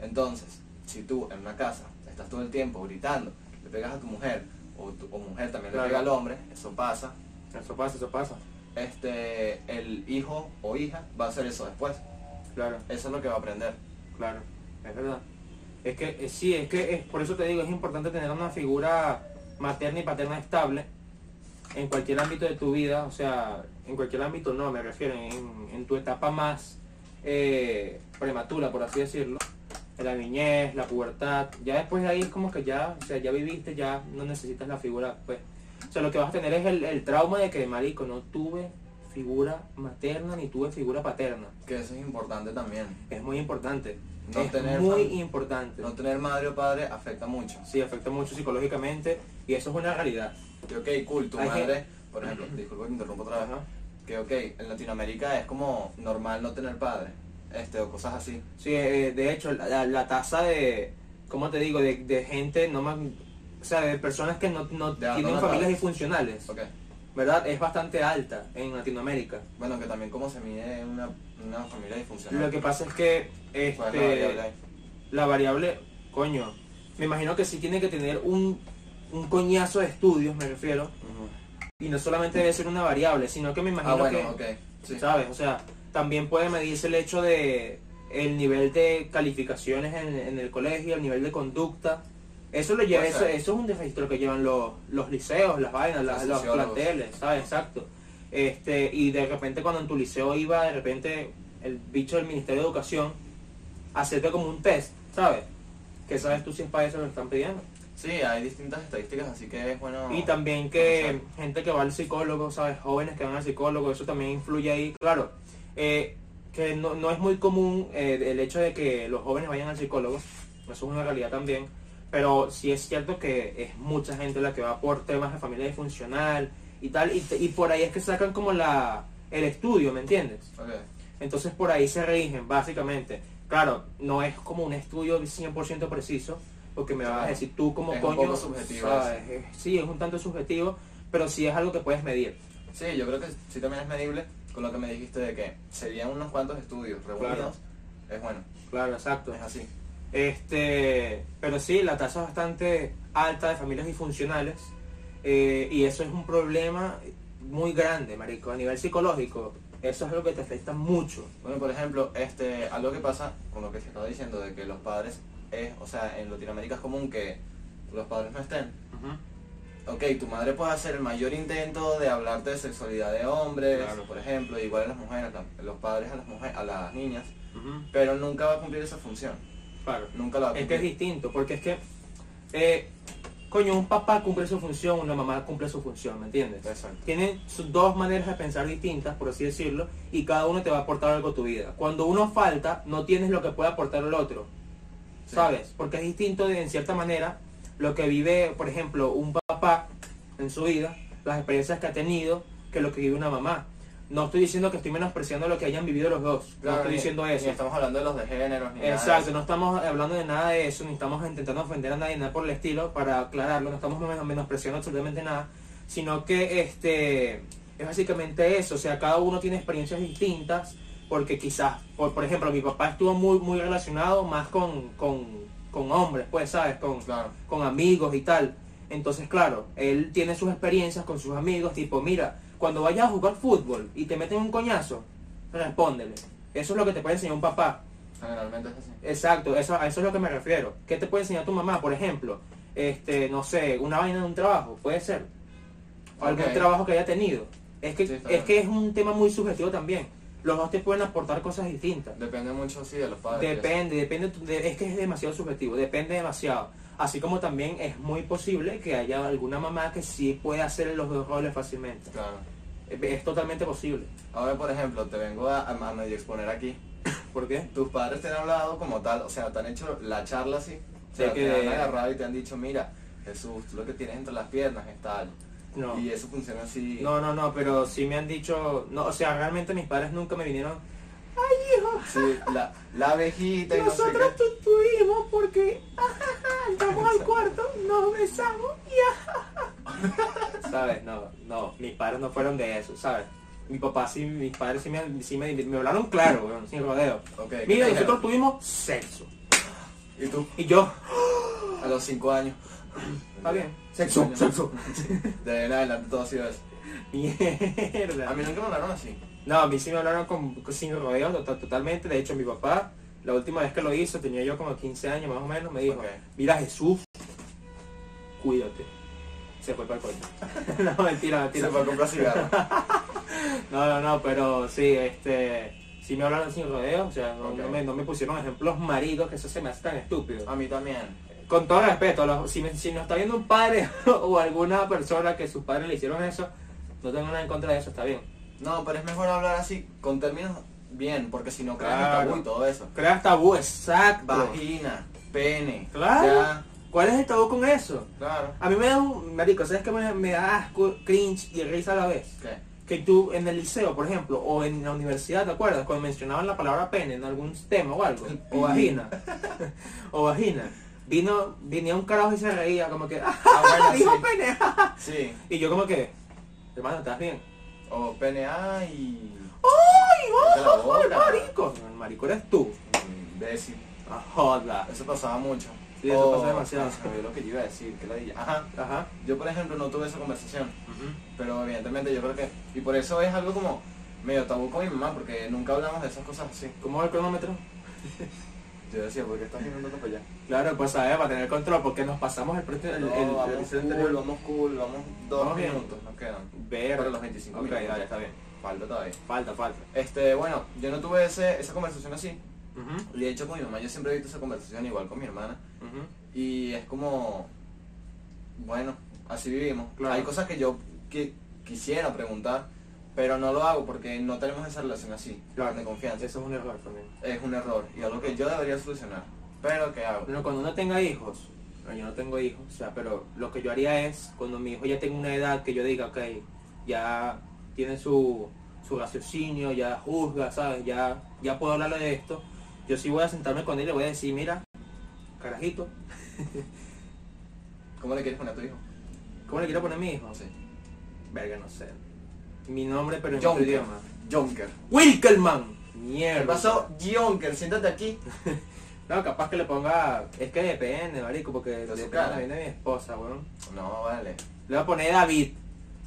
S2: Entonces, si tú en una casa estás todo el tiempo gritando, le pegas a tu mujer, o tu o mujer también
S1: Claro.
S2: le pega al hombre, eso pasa,
S1: Eso pasa, eso pasa.
S2: este, el hijo o hija va a hacer eso después.
S1: Claro.
S2: Eso es lo que va a aprender.
S1: Claro, es verdad. Es que eh, sí, es que es, por eso te digo, es importante tener una figura materna y paterna estable en cualquier ámbito de tu vida, o sea, en cualquier ámbito no, me refiero, en, en tu etapa más eh, prematura, por así decirlo, en la niñez, la pubertad, ya después de ahí es como que ya, o sea, ya viviste, ya no necesitas la figura, pues, o sea, lo que vas a tener es el, el trauma de que, marico, no tuve figura materna ni tuve figura paterna,
S2: Que eso es importante también.
S1: es muy importante.
S2: No
S1: es
S2: tener
S1: muy
S2: fam-
S1: importante.
S2: No tener madre o padre afecta mucho.
S1: Sí, afecta mucho psicológicamente y eso es una realidad.
S2: Que ok, cool, tu
S1: Hay
S2: madre,
S1: gente-
S2: por ejemplo, disculpa que te interrumpo otra vez,
S1: Ajá.
S2: que ok, en Latinoamérica es como normal no tener padre, este, o cosas así.
S1: Sí, eh, de hecho, la, la- la tasa de, ¿cómo te digo? De, de gente, no más, o sea, de personas que no, no
S2: De
S1: tienen
S2: abandonadas.
S1: familias disfuncionales,
S2: Ok,
S1: ¿verdad? Es bastante alta en Latinoamérica.
S2: bueno, que también como se mide una, una familia disfuncional.
S1: Lo que pasa es que este,
S2: Bueno, variable ahí.
S1: la variable, coño, me imagino que sí tiene que tener un, un coñazo de estudios, me refiero, y no solamente debe ser una variable, sino que me imagino
S2: Ah, bueno,
S1: que...
S2: ok, sí.
S1: ¿Sabes? O sea, también puede medirse el hecho de el nivel de calificaciones en, en el colegio, el nivel de conducta. Eso lo lleva,
S2: Puede
S1: eso,
S2: ser.
S1: eso es un registro que llevan los, los liceos, las vainas, las-
S2: Los
S1: los
S2: sociólogos.
S1: planteles, ¿sabes? Exacto. Este, y de repente cuando en tu liceo iba, de repente el bicho del Ministerio de Educación hacerte como un test, ¿sabes? Que sabes tú si es para eso que lo están pidiendo.
S2: Sí, hay distintas estadísticas, así que es bueno...
S1: Y también que gente que va al psicólogo, ¿sabes? Jóvenes que van al psicólogo, eso también influye ahí. Claro, eh, que no, no es muy común eh, el hecho de que los jóvenes vayan al psicólogo, eso es una realidad también, pero sí es cierto que es mucha gente la que va por temas de familia disfuncional y tal, y, te- y por ahí es que sacan como la el estudio, ¿me entiendes?
S2: Ok,
S1: Entonces por ahí se rigen, básicamente. Claro, no es como un estudio 100% preciso, porque me vas a
S2: Claro.
S1: decir tú como
S2: Es un
S1: coño.
S2: poco subjetivo
S1: ¿sabes? Es- Sí, es un tanto subjetivo, pero sí es algo que puedes medir.
S2: sí, yo creo que sí también es medible con lo que me dijiste de que serían unos cuantos estudios reunidos. Es bueno,
S1: Claro, exacto.
S2: es así.
S1: Este, pero sí, la tasa es bastante alta de familias disfuncionales eh, y eso es un problema muy grande, marico, a nivel psicológico. Eso es algo que te afecta mucho.
S2: Bueno, por ejemplo, este, algo que pasa con lo que se estaba diciendo de que los padres es, o sea, en Latinoamérica es común que los padres no estén. Ok, tu madre puede hacer el mayor intento de hablarte de sexualidad de hombres,
S1: Claro.
S2: por ejemplo, igual a las mujeres, la- los padres a las mujeres, a las niñas, pero nunca va a cumplir esa función.
S1: Claro.
S2: Nunca la va a
S1: Es que
S2: cumplir.
S1: es distinto, porque es que, eh, coño, un papá cumple su función, una mamá cumple su función, ¿me entiendes?
S2: Exacto.
S1: Tienen sus dos maneras de pensar distintas, por así decirlo, y cada uno te va a aportar algo a tu vida. Cuando uno falta, no tienes lo que puede aportar el otro,
S2: Sí.
S1: ¿sabes? Porque es distinto de, en cierta manera, lo que vive, por ejemplo, un papá en su vida, las experiencias que ha tenido, que lo que vive una mamá. No estoy diciendo que estoy menospreciando lo que hayan vivido los dos. no estoy
S2: ni-
S1: diciendo
S2: ni
S1: eso.
S2: estamos hablando de los de géneros, ni nada de
S1: Exacto,
S2: eso.
S1: no estamos hablando de nada de eso, ni estamos intentando ofender a nadie, nada por el estilo, para aclararlo, no estamos men- menospreciando absolutamente nada, sino que este es básicamente eso, o sea, cada uno tiene experiencias distintas, porque quizás, por, por ejemplo, mi papá estuvo muy, muy relacionado más con, con, con hombres, pues, ¿sabes? Con,
S2: Claro.
S1: con amigos y tal. Entonces, claro, él tiene sus experiencias con sus amigos, tipo, mira, cuando vayas a jugar fútbol y te meten un coñazo, respóndele. Eso es lo que te puede enseñar un papá.
S2: Generalmente es así.
S1: Exacto, eso, a eso es lo que me refiero. ¿Qué te puede enseñar tu mamá, por ejemplo? Este, no sé, una vaina de un trabajo, puede ser. O algún
S2: Ok.
S1: trabajo que haya tenido. Es que,
S2: Sí, está
S1: es
S2: bien.
S1: que es un tema muy subjetivo también. Los dos te pueden aportar cosas distintas.
S2: Depende mucho, sí, de los padres.
S1: Depende, depende, tu- de- es que es demasiado subjetivo, depende demasiado. Así como también es muy posible que haya alguna mamá que sí pueda hacer los dos roles fácilmente.
S2: Claro.
S1: Es, es totalmente posible.
S2: Ahora, por ejemplo, te vengo a, a, a medio exponer aquí.
S1: ¿Por qué?
S2: Tus padres te han hablado como tal, o sea, te han hecho la charla así. O sea,
S1: De que-
S2: te han agarrado y te han dicho, mira, Jesús, tú lo que tienes entre las piernas es tal.
S1: No.
S2: Y eso funciona así.
S1: No, no, no, pero sí me han dicho, no, o sea, realmente mis padres nunca me vinieron
S2: Sí, la, la abejita y no sé
S1: Nosotros
S2: qué.
S1: tuvimos porque ajaja, entramos al cuarto, nos besamos y ajaja. ¿Sabes? No, no, mis padres no fueron de eso, ¿sabes? Mi papá sí, mis padres sí me, sí me, me hablaron claro, weón, sin rodeo.
S2: Ok, ¿qué
S1: Mira,
S2: te
S1: nosotros
S2: dijeron?
S1: tuvimos sexo.
S2: Y tú,
S1: Y yo,
S2: a los 5 años.
S1: está bien.
S2: Sexo, sexo. De ahí en adelante todo ha sido eso. A
S1: Mierda.
S2: mí nunca me hablaron así.
S1: No, a mí sí me hablaron con, con- sin rodeos to- totalmente. De hecho, mi papá, la última vez que lo hizo, tenía yo como 15 años más o menos, me dijo,
S2: Ok.
S1: mira Jesús, cuídate. Se fue para el coño. no, mentira,
S2: Y se
S1: mentira.
S2: fue a comprar cigarros.
S1: No, no, no, pero sí, este, sí me hablaron sin rodeos, o sea, no,
S2: Ok.
S1: no me, no me pusieron ejemplos maridos, que eso se me hace tan estúpido.
S2: A mí también.
S1: Con todo respeto, los- si, me- si nos está viendo un padre o alguna persona que sus padres le hicieron eso, no tengo nada en contra de eso, está bien.
S2: No, pero es mejor hablar así, con términos bien, porque si no crean
S1: Claro.
S2: tabú y todo eso.
S1: Creas tabú, exacto.
S2: Vagina, pene.
S1: Claro.
S2: ya,
S1: ¿Cuál es el tabú con eso?
S2: claro.
S1: A mí me da un... Marico, ¿sabes qué me, me da asco, cringe y risa a la vez?
S2: ¿Qué?
S1: Que tú en el liceo, por ejemplo, o en la universidad, ¿te acuerdas? Cuando mencionaban la palabra pene en algún tema o algo. O vagina. o vagina. Vino, venía un carajo y se reía, como que... ¡Ah,
S2: Ah,
S1: dijo
S2: bueno,
S1: pene!
S2: sí. sí.
S1: y yo como que... Hermano, ¿estás bien?
S2: O pene, ay.
S1: ¡Ay,
S2: Vete la
S1: oh,
S2: bola.
S1: marico! No, el marico eres tú.
S2: Imbécil.
S1: Ah, joda.
S2: mm, Eso pasaba mucho.
S1: Sí, eso
S2: O-
S1: pasa demasiado.
S2: Ay, se me olvidó lo que yo iba a decir, que la dije. Ajá.
S1: Ajá.
S2: Yo, por ejemplo, no tuve esa conversación. Pero evidentemente yo creo que... Y por eso es algo como medio tabú con mi mamá, porque nunca hablamos de esas cosas así.
S1: ¿Cómo va el cronómetro?
S2: Yo decía, ¿por qué estás mirando para allá?
S1: Claro, pues a ver, para tener control, porque nos pasamos el, pre- el, el, el
S2: No, vamos
S1: episodio
S2: cool,
S1: anterior.
S2: vamos cool, vamos dos
S1: Vamos bien.
S2: minutos, nos quedan.
S1: Ver.
S2: Para los 25
S1: Ok,
S2: minutos.
S1: dale, está bien.
S2: Falta todavía.
S1: Falta, falta.
S2: Este, bueno, yo no tuve ese, esa conversación así.
S1: Ujú,
S2: Y de hecho con mi mamá yo siempre he visto esa conversación igual con mi hermana.
S1: ujú.
S2: Y es como, bueno, así vivimos.
S1: Claro.
S2: Hay cosas que yo qui- quisiera preguntar, pero no lo hago porque no tenemos esa relación así,
S1: Claro.
S2: de confianza.
S1: Eso es un error también.
S2: Es un error y algo que yo debería solucionar. Pero ¿qué hago?
S1: Bueno, cuando uno tenga hijos, bueno, yo no tengo hijos, o sea, pero lo que yo haría es, cuando mi hijo ya tenga una edad que yo diga, ok, ya tiene su, su raciocinio, ya juzga, ¿sabes? Ya, ya puedo hablarle de esto, yo sí voy a sentarme con él y le voy a decir, mira, carajito,
S2: ¿Cómo le quieres poner a tu hijo?
S1: ¿cómo le quiero poner a mi hijo?
S2: Sí.
S1: Verga, no sé. Mi nombre, pero en otro
S2: Jonker.
S1: idioma.
S2: Jonker.
S1: Wilkelman. Mierda.
S2: ¿Qué pasó? Jonker, siéntate aquí.
S1: No, capaz que le ponga. Es que depende, marico, porque
S2: su
S1: depende
S2: cara.
S1: viene mi esposa, weón.
S2: No, vale.
S1: Le voy a poner David,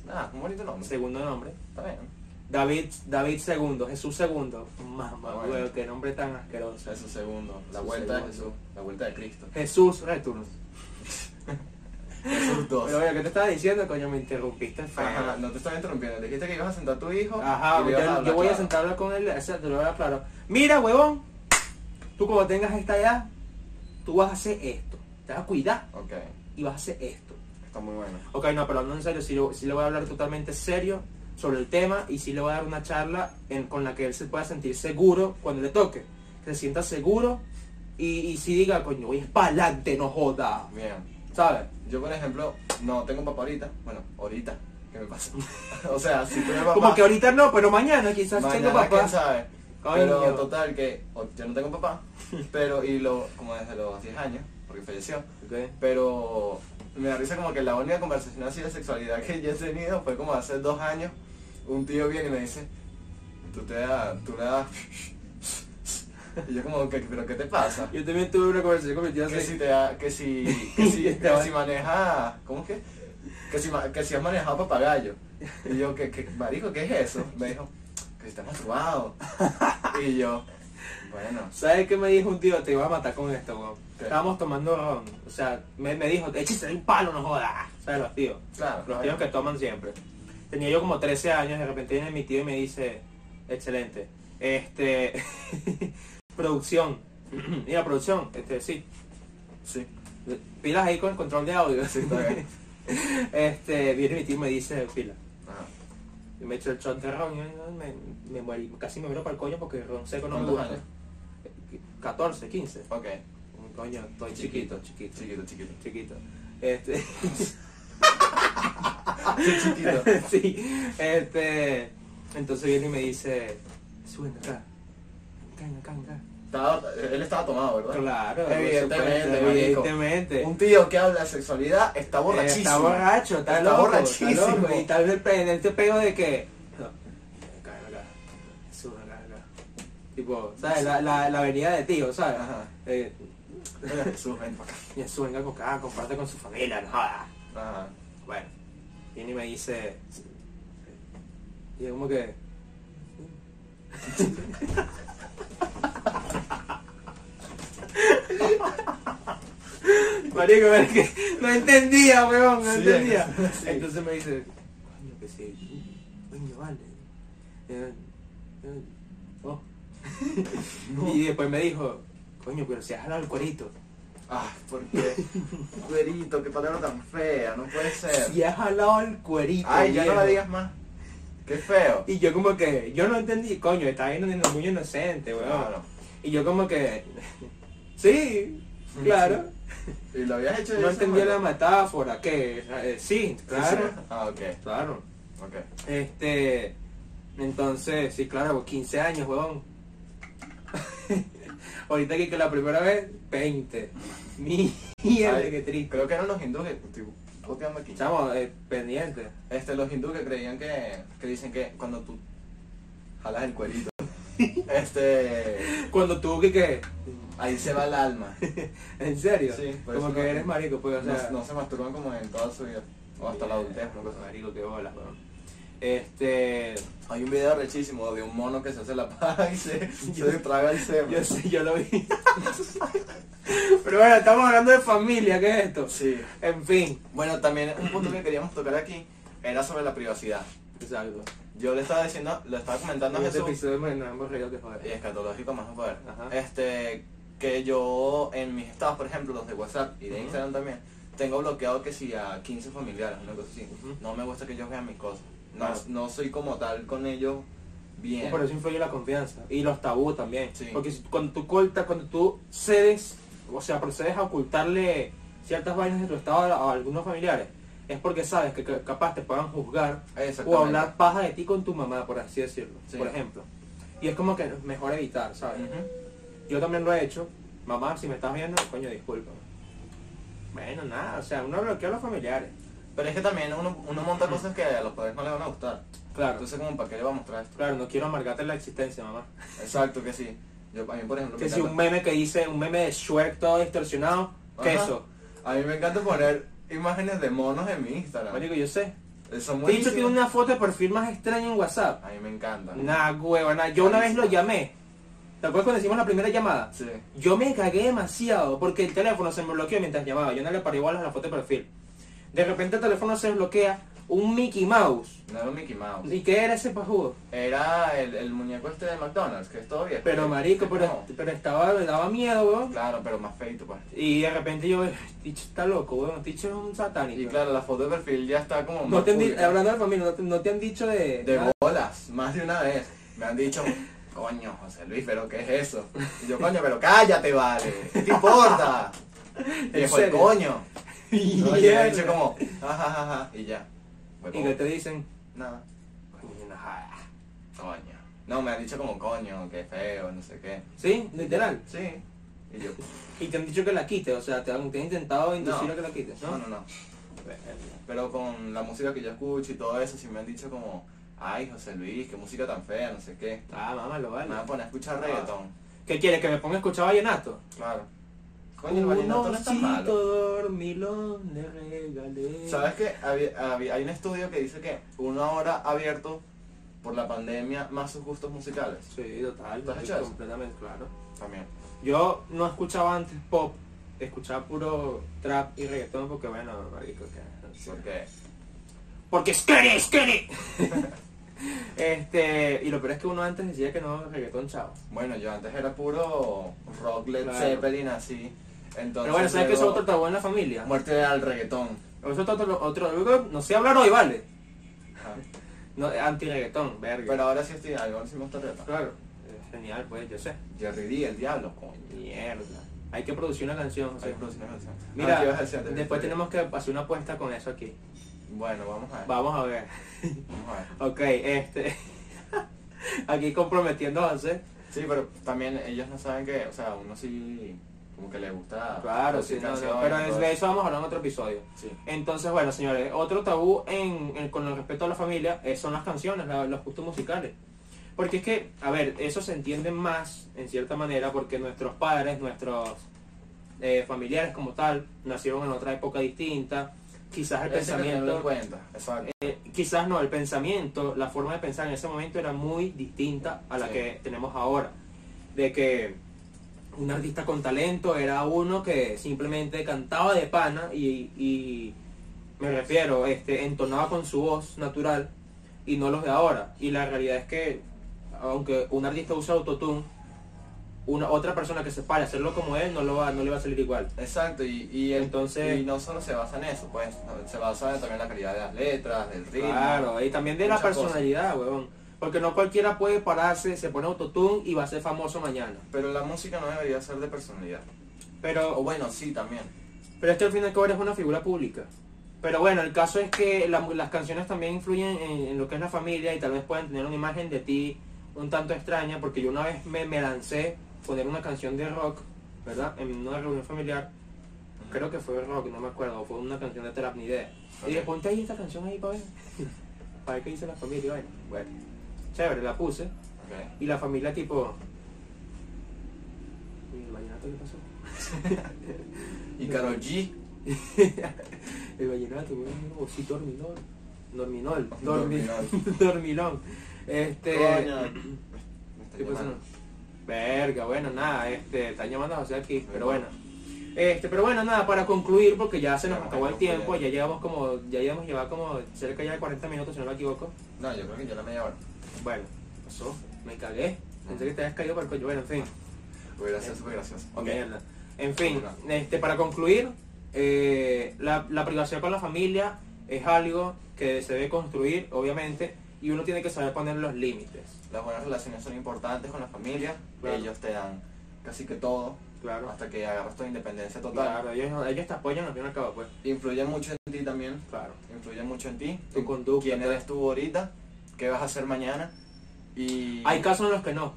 S2: Nada, un bonito nombre.
S1: segundo nombre.
S2: Está bien.
S1: David, David segundo, Jesús segundo. Mamá,
S2: Ah, bueno.
S1: weón, qué nombre tan asqueroso.
S2: Jesús segundo. La
S1: Jesús
S2: vuelta de
S1: segundo.
S2: Jesús. La vuelta de Cristo.
S1: Jesús Returns.
S2: Jesús dos.
S1: Pero oye, ¿qué te estaba diciendo, coño? Me interrumpiste feo.
S2: Ajá, no te estaba interrumpiendo. Dijiste que ibas a sentar a tu hijo.
S1: Ajá,
S2: y le
S1: yo,
S2: ibas a hablar
S1: yo voy a
S2: claro.
S1: sentarlo con él, o sea, te lo voy a claro. Mira, huevón, tú cuando tengas esta edad, tú vas a hacer esto. Te vas a cuidar
S2: Ok,
S1: y vas a hacer esto.
S2: está muy bueno.
S1: Ok, no, pero no en serio, sí, lo- sí le voy a hablar totalmente serio sobre el tema y sí le voy a dar una charla en- con la que él se pueda sentir seguro cuando le toque. Que se sienta seguro y, y sí diga, coño, voy es pa'lante, no joda.
S2: Bien.
S1: ¿Sabes?
S2: Yo, por ejemplo, no tengo papá ahorita. Bueno, ahorita. que me pasa. o sea, si tuviera papá,
S1: Como que ahorita no, pero mañana quizás
S2: mañana,
S1: tengo papá.
S2: quién sabe.
S1: Coño.
S2: Pero total que o- yo no tengo papá, pero y lo como desde los 10 años, porque falleció.
S1: Ok.
S2: Pero me da risa como que la única conversación así de sexualidad que yo he tenido fue como hace dos años, un tío viene y me dice, tú te das, tú le das. Y yo como que, pero ¿qué te pasa?
S1: Yo también tuve una conversación con mi tío
S2: Que si
S1: hace...
S2: te da, que si, que si,
S1: Este
S2: que
S1: va-
S2: si maneja, ¿cómo es que? Que si, ma- que si has manejado papagayo. Y yo, que, que, marico, ¿qué es eso? Me dijo, que si estás masturbado. Y yo, bueno,
S1: ¿Sabes qué me dijo un tío? Te iba a matar con esto, weón.
S2: ¿Qué?
S1: Estábamos tomando ron. O sea, me, me dijo, échese un palo, no jodas. ¿Sabes los tíos?
S2: claro.
S1: Los tíos que toman siempre. Tenía yo como 13 años, de repente viene mi tío y me dice, excelente. Este, producción. Mira, producción, este, sí.
S2: Sí,
S1: Pilas ahí con el control de audio.
S2: sí, está bien.
S1: Este, viene mi tío y me dice, pila.
S2: Ajá.
S1: Yo me echo el shot de ron, yo me, me morí, casi me muero para el coño porque ron seco no me
S2: ¿Cuántos
S1: gusta.
S2: años?
S1: 14, 15.
S2: Ok,
S1: Coño, estoy chiquito, chiquito,
S2: chiquito, chiquito.
S1: chiquito. Este, Ah.
S2: Sí, chiquito.
S1: sí, este, entonces viene y me dice, suben acá, acá, acá, acá.
S2: Estaba- él estaba tomado, ¿verdad?
S1: Claro,
S2: Evidentemente,
S1: supuesto,
S2: marico.
S1: evidentemente.
S2: Un tío que habla de sexualidad está
S1: Eh,
S2: borrachísimo.
S1: Está borracho, está,
S2: Está
S1: loco,
S2: borrachísimo.
S1: está loco. Y tal vez en este pego de que. no, acá, acá, suben acá, acá. Tipo, ¿sabes? La, la, la avenida de tío, ¿sabes?
S2: Ajá.
S1: Eh,
S2: Mira, Jesús, ven para acá.
S1: ya suben acá, acá, comparte con su familia, no jodas.
S2: Ajá.
S1: Bueno, viene y me dice. Y es como que. Marico, es que no entendía, weón, no
S2: Sí,
S1: entendía.
S2: sí.
S1: Entonces me dice, coño, que sí, coño, vale. Eh, eh, oh. Y después me dijo, coño, pero si has jalado el cuerito.
S2: Ay, ¿por qué? Cuerito, Ah, qué palabra tan fea, no puede ser.
S1: Si has jalado el cuerito.
S2: Eh. Ay, ya no la
S1: viejo.
S2: digas más. Qué feo.
S1: Y yo como que, yo no entendí, coño, estaba bien muy inocente, weón.
S2: Claro.
S1: Y yo como que, sí, claro.
S2: ¿Y lo habías hecho de
S1: No
S2: esa
S1: entendía la
S2: manera?
S1: metáfora, que eh, sí, claro,
S2: Sí, sí. Ah, ok,
S1: claro.
S2: ok.
S1: Este, entonces, sí, claro, 15 años, weón. Ahorita que que la primera vez, 20. Mierda,
S2: Ay,
S1: qué triste.
S2: Creo que eran los hindúes que estoy boteando aquí.
S1: Chamo, eh, pendiente.
S2: Este, los hindúes que creían que, que dicen que cuando tú jalas el cuerito, este,
S1: Cuando tú que que,
S2: ahí se va el alma.
S1: en serio,
S2: Sí, por
S1: como
S2: eso
S1: que
S2: no-
S1: eres marico, pues, o sea.
S2: No, no se masturban como en toda su vida. O hasta la adultez, una cosa así.
S1: Marico, qué bolas, weón. Este,
S2: Hay un video rechísimo de un mono que se hace la paja y se, se traga el semen.
S1: yo sé, yo lo vi. Pero bueno, estamos hablando de familia, ¿qué es esto?
S2: Sí.
S1: En fin.
S2: Bueno, también un punto que queríamos tocar aquí era sobre la privacidad.
S1: Exacto.
S2: Yo le estaba diciendo, le estaba comentando a
S1: En este
S2: Jesús,
S1: episodio me- nos hemos reído que
S2: y
S1: joder. Pues
S2: escatológico más no poder,
S1: Ajá.
S2: este, que yo en mis estados, por ejemplo, los de WhatsApp y de
S1: Ujú.
S2: Instagram también, tengo bloqueado que si a 15 familiares, una cosa así.
S1: Ujú. Ah.
S2: No me gusta que ellos vean mis cosas. No,
S1: Claro.
S2: no soy como tal con ellos bien.
S1: Por eso influye la confianza. Y los tabús también.
S2: Sí.
S1: Porque si- cuando tú cortas, cuando tú cedes, o sea, procedes a ocultarle ciertas vainas de tu estado a, a algunos familiares, es porque sabes que ca- capaz te puedan juzgar o
S2: Exactamente.
S1: hablar paja de ti con tu mamá, por así decirlo,
S2: Sí.
S1: por ejemplo. Y es como que mejor evitar, ¿sabes?
S2: Ujú.
S1: Yo también lo he hecho. Mamá, si me estás viendo, coño, disculpa. Bueno, nada, o sea, uno bloquea a los familiares.
S2: Pero es que también uno, uno monta cosas que a los padres no les van a gustar.
S1: Claro,
S2: Entonces, como para qué le va a mostrar esto?
S1: claro, no quiero amargarte la existencia, mamá.
S2: Exacto, que sí. Yo, a mí, por ejemplo,
S1: Que
S2: me
S1: si
S2: encanta-
S1: un meme que dice, un meme de Shrek todo distorsionado,
S2: Ajá.
S1: queso.
S2: A mí me encanta poner imágenes de monos en mi Instagram.
S1: Marico, yo sé. Te he
S2: Eh, Son
S1: dicho
S2: buenísimas.
S1: que tiene una foto de perfil más extraña en WhatsApp.
S2: A mí me encanta.
S1: Nah, hueva, nah. Yo una vez lo
S2: Buenísimo.
S1: llamé. ¿Te acuerdas cuando hicimos la primera llamada?
S2: Sí.
S1: Yo me cagué demasiado porque el teléfono se me bloqueó mientras llamaba. Yo no le paré igual a la foto de perfil. De repente el teléfono se bloquea un Mickey Mouse.
S2: No era Mickey Mouse.
S1: ¿Y qué era ese pajudo?
S2: Era el, el muñeco este de McDonald's, que es todo viejo.
S1: Pero marico, pero,
S2: No,
S1: pero estaba, me daba miedo, weón.
S2: Claro, pero más feito, pues.
S1: Y de repente yo, Ticho está loco, weón, Ticho es un satánico.
S2: Y claro, la foto de perfil ya está como
S1: no
S2: más
S1: te han di-
S2: pública.
S1: hablando de familia, no te, no te han dicho de...
S2: De bolas, más de una vez. Me han dicho, coño, José Luis, pero ¿qué es eso? Y yo, coño, pero cállate, vale. ¿Qué te importa? Y
S1: ¿En
S2: dijo, el
S1: serio?
S2: coño.
S1: Y
S2: No, y me
S1: él-
S2: han dicho como, jajajaja, y ya.
S1: Y
S2: huevón.
S1: que te dicen,
S2: Nada.
S1: "Coño, no jodas".
S2: Coño. No, me han dicho como coño, que feo, no sé qué.
S1: ¿sí? Literal.
S2: Sí. Y yo,
S1: Y te han dicho que la quite, o sea, te han, te han intentado inducir
S2: No.
S1: a que la quites, ¿no?
S2: no, no, no. Pero con la música que yo escucho y todo eso, sí me han dicho como, ay, José Luis, qué música tan fea, no sé qué.
S1: Ah, mamá, lo
S2: Me
S1: vale. Ah.
S2: van a poner a escuchar reggaetón.
S1: ¿Qué quieres? ¿Que me ponga a escuchar vallenato?
S2: Claro. Coño,
S1: Uh,
S2: el vallenato no es tan
S1: Unosito
S2: malo.
S1: dormilón le regalé.
S2: ¿Sabes que Hay un estudio que dice que una hora abierto por la pandemia más sus gustos musicales.
S1: Sí, total.
S2: ¿Tú has hecho
S1: sí,
S2: eso?
S1: Completamente, claro.
S2: También.
S1: Yo no escuchaba antes pop, escuchaba puro trap y reggaetón porque bueno, marico, que...
S2: Porque
S1: Porque es que es que Este, y lo peor es que uno antes decía que no, reggaetón chavo.
S2: Bueno, yo antes era puro rock Led
S1: Claro.
S2: Zeppelin así. Entonces,
S1: Pero bueno, ¿sabes que eso
S2: luego,
S1: es otro tabú en la familia?
S2: Muerte al reggaetón.
S1: Eso es otro, otro, no sé hablar hoy, ¿vale?
S2: Ajá.
S1: No, anti-reggaetón, verga.
S2: Pero ahora sí estoy algo, ahora sí me gusta el reggaetón.
S1: claro, eh, genial, pues, yo sé.
S2: Jerry D, el diablo, coño.
S1: Mierda. Hay que producir una canción, o sea.
S2: Hay que producir una canción. Ah,
S1: Mira,
S2: ¿qué ibas a decir antes?
S1: después tenemos que hacer una apuesta con eso aquí.
S2: Bueno, vamos a ver.
S1: Vamos a ver.
S2: Vamos a ver.
S1: Ok, este. aquí comprometiéndose.
S2: Sí, pero también ellos no saben que, o sea, uno sí como que le gusta.
S1: Claro, sí,
S2: producir
S1: no, no,
S2: canciones,
S1: pero
S2: todo
S1: de eso vamos a hablar en otro episodio.
S2: Sí.
S1: Entonces, bueno, señores, otro tabú en, en- con el respeto a la familia eh, son las canciones, la- los gustos musicales. Porque es que, a ver, eso se entiende más, en cierta manera, porque nuestros padres, nuestros eh, familiares como tal, nacieron en otra época distinta. Quizás el
S2: Eso hay que tenerlo
S1: pensamiento,
S2: en cuenta. Exacto.
S1: eh, quizás no, el pensamiento, la forma de pensar en ese momento era muy distinta a la
S2: Sí.
S1: que tenemos ahora. De que un artista con talento era uno que simplemente cantaba de pana y, y me refiero, este, entonaba con su voz natural y no los de ahora. Y la realidad es que, aunque un artista usa autotune, una otra persona que se pare a hacerlo como él no lo va, no le va a salir igual.
S2: Exacto, y, y el-
S1: Entonces-
S2: y no solo se basa en eso, pues, no, se basa también en la calidad de las letras, del ritmo.
S1: Claro, y también de la
S2: muchas cosas.
S1: personalidad, weón. Porque no cualquiera puede pararse, se pone autotune y va a ser famoso mañana.
S2: Pero la música no debería ser de personalidad. O
S1: Pero,
S2: bueno, sí, también.
S1: pero es que al final cabo eres una figura pública. Pero bueno, el caso es que la- las canciones también influyen en, en lo que es la familia y tal vez puedan tener una imagen de ti un tanto extraña, porque yo una vez me, me lancé poner una canción de rock, ¿verdad? En una reunión familiar. Creo que fue rock, no me acuerdo, o fue una canción de trap, ni idea. Y dije,
S2: Ok.
S1: ponte ahí esta canción ahí para ver. para ver qué dice la familia. y vaina. Bueno, chévere, la puse.
S2: Ok.
S1: Y la familia tipo... ¿Y el vallenato qué pasó?
S2: Y Karol G.
S1: el vallenato, weón, o sí, dorminol. Dorminol. dormi-
S2: Dorminol.
S1: Dormilón. Este...
S2: Coño.
S1: ¿Qué pasó? Verga, bueno, nada, este, están llamando a José aquí, pero bueno. Este, pero bueno, nada, para concluir, porque ya se nos
S2: Vamos a
S1: acabó el
S2: concluir.
S1: tiempo, ya llevamos como, ya llevamos llevar como cerca ya de 40 minutos, si no me equivoco.
S2: No, yo creo que ya la media hora.
S1: Bueno, pasó, me cagué. Pensé que te habías caído por el coño, bueno, en fin.
S2: Hubiera sido súper gracioso. Ok.
S1: Mierda. En fin, este, para concluir, eh, la, la privacidad con la familia es algo que se debe construir, obviamente, y uno tiene que saber poner los límites.
S2: Las buenas relaciones son importantes con la familia.
S1: Claro.
S2: Ellos te dan casi que todo
S1: Claro.
S2: hasta que agarras tu independencia total.
S1: Claro, ellos, ellos te apoyan al fin y al cabo, pues.
S2: Influye mucho en ti también.
S1: Claro.
S2: Influye mucho en ti.
S1: Tu
S2: en
S1: conducta,
S2: ¿Quién
S1: tal.
S2: eres tú ahorita? ¿Qué vas a hacer mañana? Y
S1: Hay casos en los que no.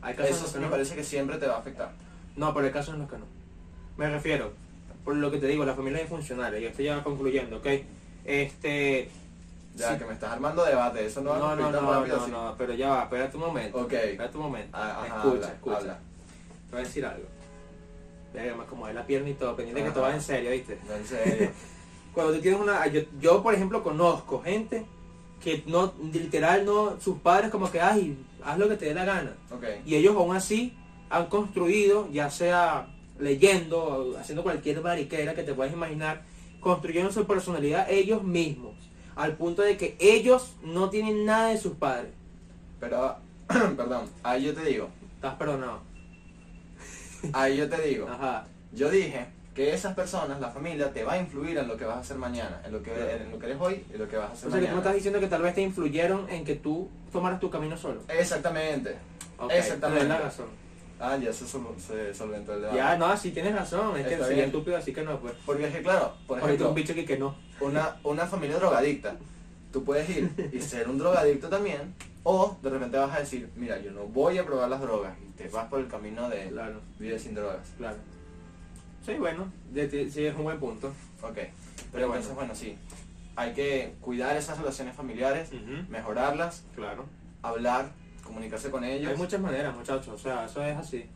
S1: Hay casos en
S2: eso
S1: los
S2: me
S1: que no.
S2: parece que siempre te va a afectar.
S1: No, pero hay casos en los que no. Me refiero, por lo que te digo, la familia es funcionaria, yo estoy ya concluyendo, ¿ok? Este...
S2: Ya
S1: sí-
S2: que me estás armando debate, eso no va
S1: no,
S2: a
S1: no, no,
S2: afectar
S1: no,
S2: rápido
S1: no,
S2: así.
S1: pero ya va, espérate un momento.
S2: Ok.
S1: Espérate un momento.
S2: Ah, ajá,
S1: escucha,
S2: habla,
S1: escucha.
S2: habla.
S1: Te voy a decir algo. Verga, me acomodé la pierna y todo, pendiente que
S2: Ajá.
S1: todo va en serio, ¿viste?
S2: No, en serio.
S1: Cuando tú tienes una... ah, Yo, yo, por ejemplo, conozco gente que no, literal, no... Sus padres como que, ay, haz lo que te dé la gana.
S2: Ok.
S1: Y ellos aún así han construido, ya sea leyendo, o haciendo cualquier bariquera que te puedas imaginar, construyeron su personalidad ellos mismos, al punto de que ellos no tienen nada de sus padres.
S2: Pero, perdón, ahí yo te digo,
S1: Estás perdonado.
S2: ahí yo te digo.
S1: Ajá.
S2: Yo dije que esas personas, la familia, te va a influir en lo que vas a hacer mañana, en lo que, en lo que eres hoy y lo que vas a hacer
S1: O sea que tú me
S2: mañana.
S1: estás diciendo que tal vez te influyeron en que tú tomaras tu camino solo.
S2: Exactamente.
S1: Ok,
S2: Exactamente.
S1: te doy la razón.
S2: Ah, ya se, sol- se solventó el debate.
S1: Ya, no, sí tienes razón, es que
S2: Está
S1: soy
S2: bien.
S1: estúpido, así que no, pues.
S2: Porque es que claro, por
S1: Ahorita
S2: ejemplo,
S1: un bicho que, que no.
S2: una, una familia drogadicta. Tú puedes ir y ser un drogadicto también, o de repente vas a decir, mira, yo no voy a probar las drogas, y te vas por el camino de
S1: Claro,
S2: vivir sin drogas.
S1: claro. Sí, bueno, de- de- sí es un buen punto.
S2: Ok, pero,
S1: Pero bueno.
S2: entonces, bueno, sí, hay que cuidar esas relaciones familiares, mejorarlas,
S1: Claro.
S2: hablar, comunicarse con ellos,
S1: Hay muchas maneras, muchachos, o sea, eso es así.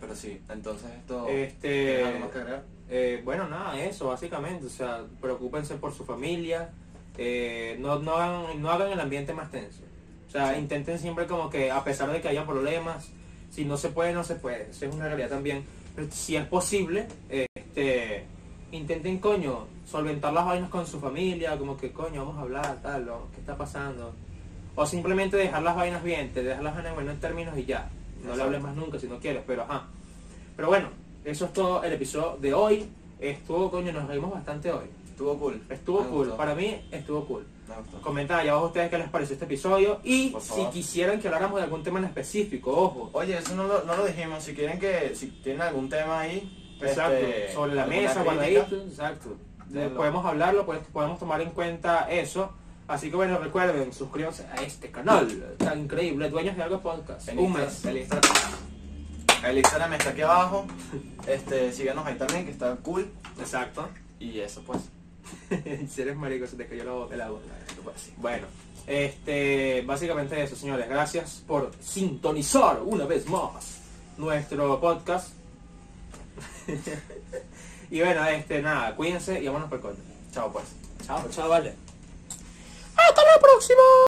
S2: pero sí, entonces esto... ¿tienes Oh, algo
S1: Este,
S2: más que agregar?
S1: eh, bueno, nada, eso, básicamente, o sea, preocúpense por su familia, eh, no, no, hagan, no hagan el ambiente más tenso. O sea,
S2: Sí.
S1: intenten siempre como que, a pesar de que haya problemas, si no se puede, no se puede, eso es una realidad también. Pero si es posible, eh, este, intenten, coño, solventar las vainas con su familia, como que, coño, vamos a hablar, tal, o, ¿qué está pasando? O simplemente dejar las vainas bien, te dejas las vainas en buenos términos y ya. No le
S2: Exacto.
S1: hables más nunca si no quieres, pero ajá. Pero bueno, eso es todo el episodio de hoy. Estuvo, coño, nos reímos bastante hoy.
S2: Estuvo cool.
S1: Estuvo
S2: Me
S1: cool,
S2: gustó,
S1: para mí estuvo cool.
S2: me gustó.
S1: Comenten allá abajo ustedes qué les pareció este episodio y
S2: Por
S1: si
S2: favor.
S1: quisieran que habláramos de algún tema en específico, ojo.
S2: Oye, eso no lo, no lo dijimos. Si quieren que, si tienen algún tema ahí,
S1: Exacto,
S2: este,
S1: sobre la
S2: alguna
S1: mesa,
S2: crítica,
S1: guardadito, exacto.
S2: Denlo.
S1: Podemos hablarlo, pues, podemos tomar en cuenta eso. Así que bueno, recuerden, suscríbanse a este canal tan increíble, Dueños de Algo Podcast.
S2: el
S1: Un
S2: Insta-
S1: mes.
S2: El Instagram, el Instagram está aquí abajo. Este, síganos ahí también, que está cool.
S1: Exacto.
S2: Y eso pues,
S1: si eres marico, se te cayó la boca. La boca.
S2: eso, pues, sí.
S1: Bueno, este, básicamente eso, señores. Gracias por sintonizar una vez más nuestro podcast. y bueno, este, nada, cuídense y vámonos por el coño.
S2: Chao pues.
S1: Chao, chavales. ¡Hasta la próxima!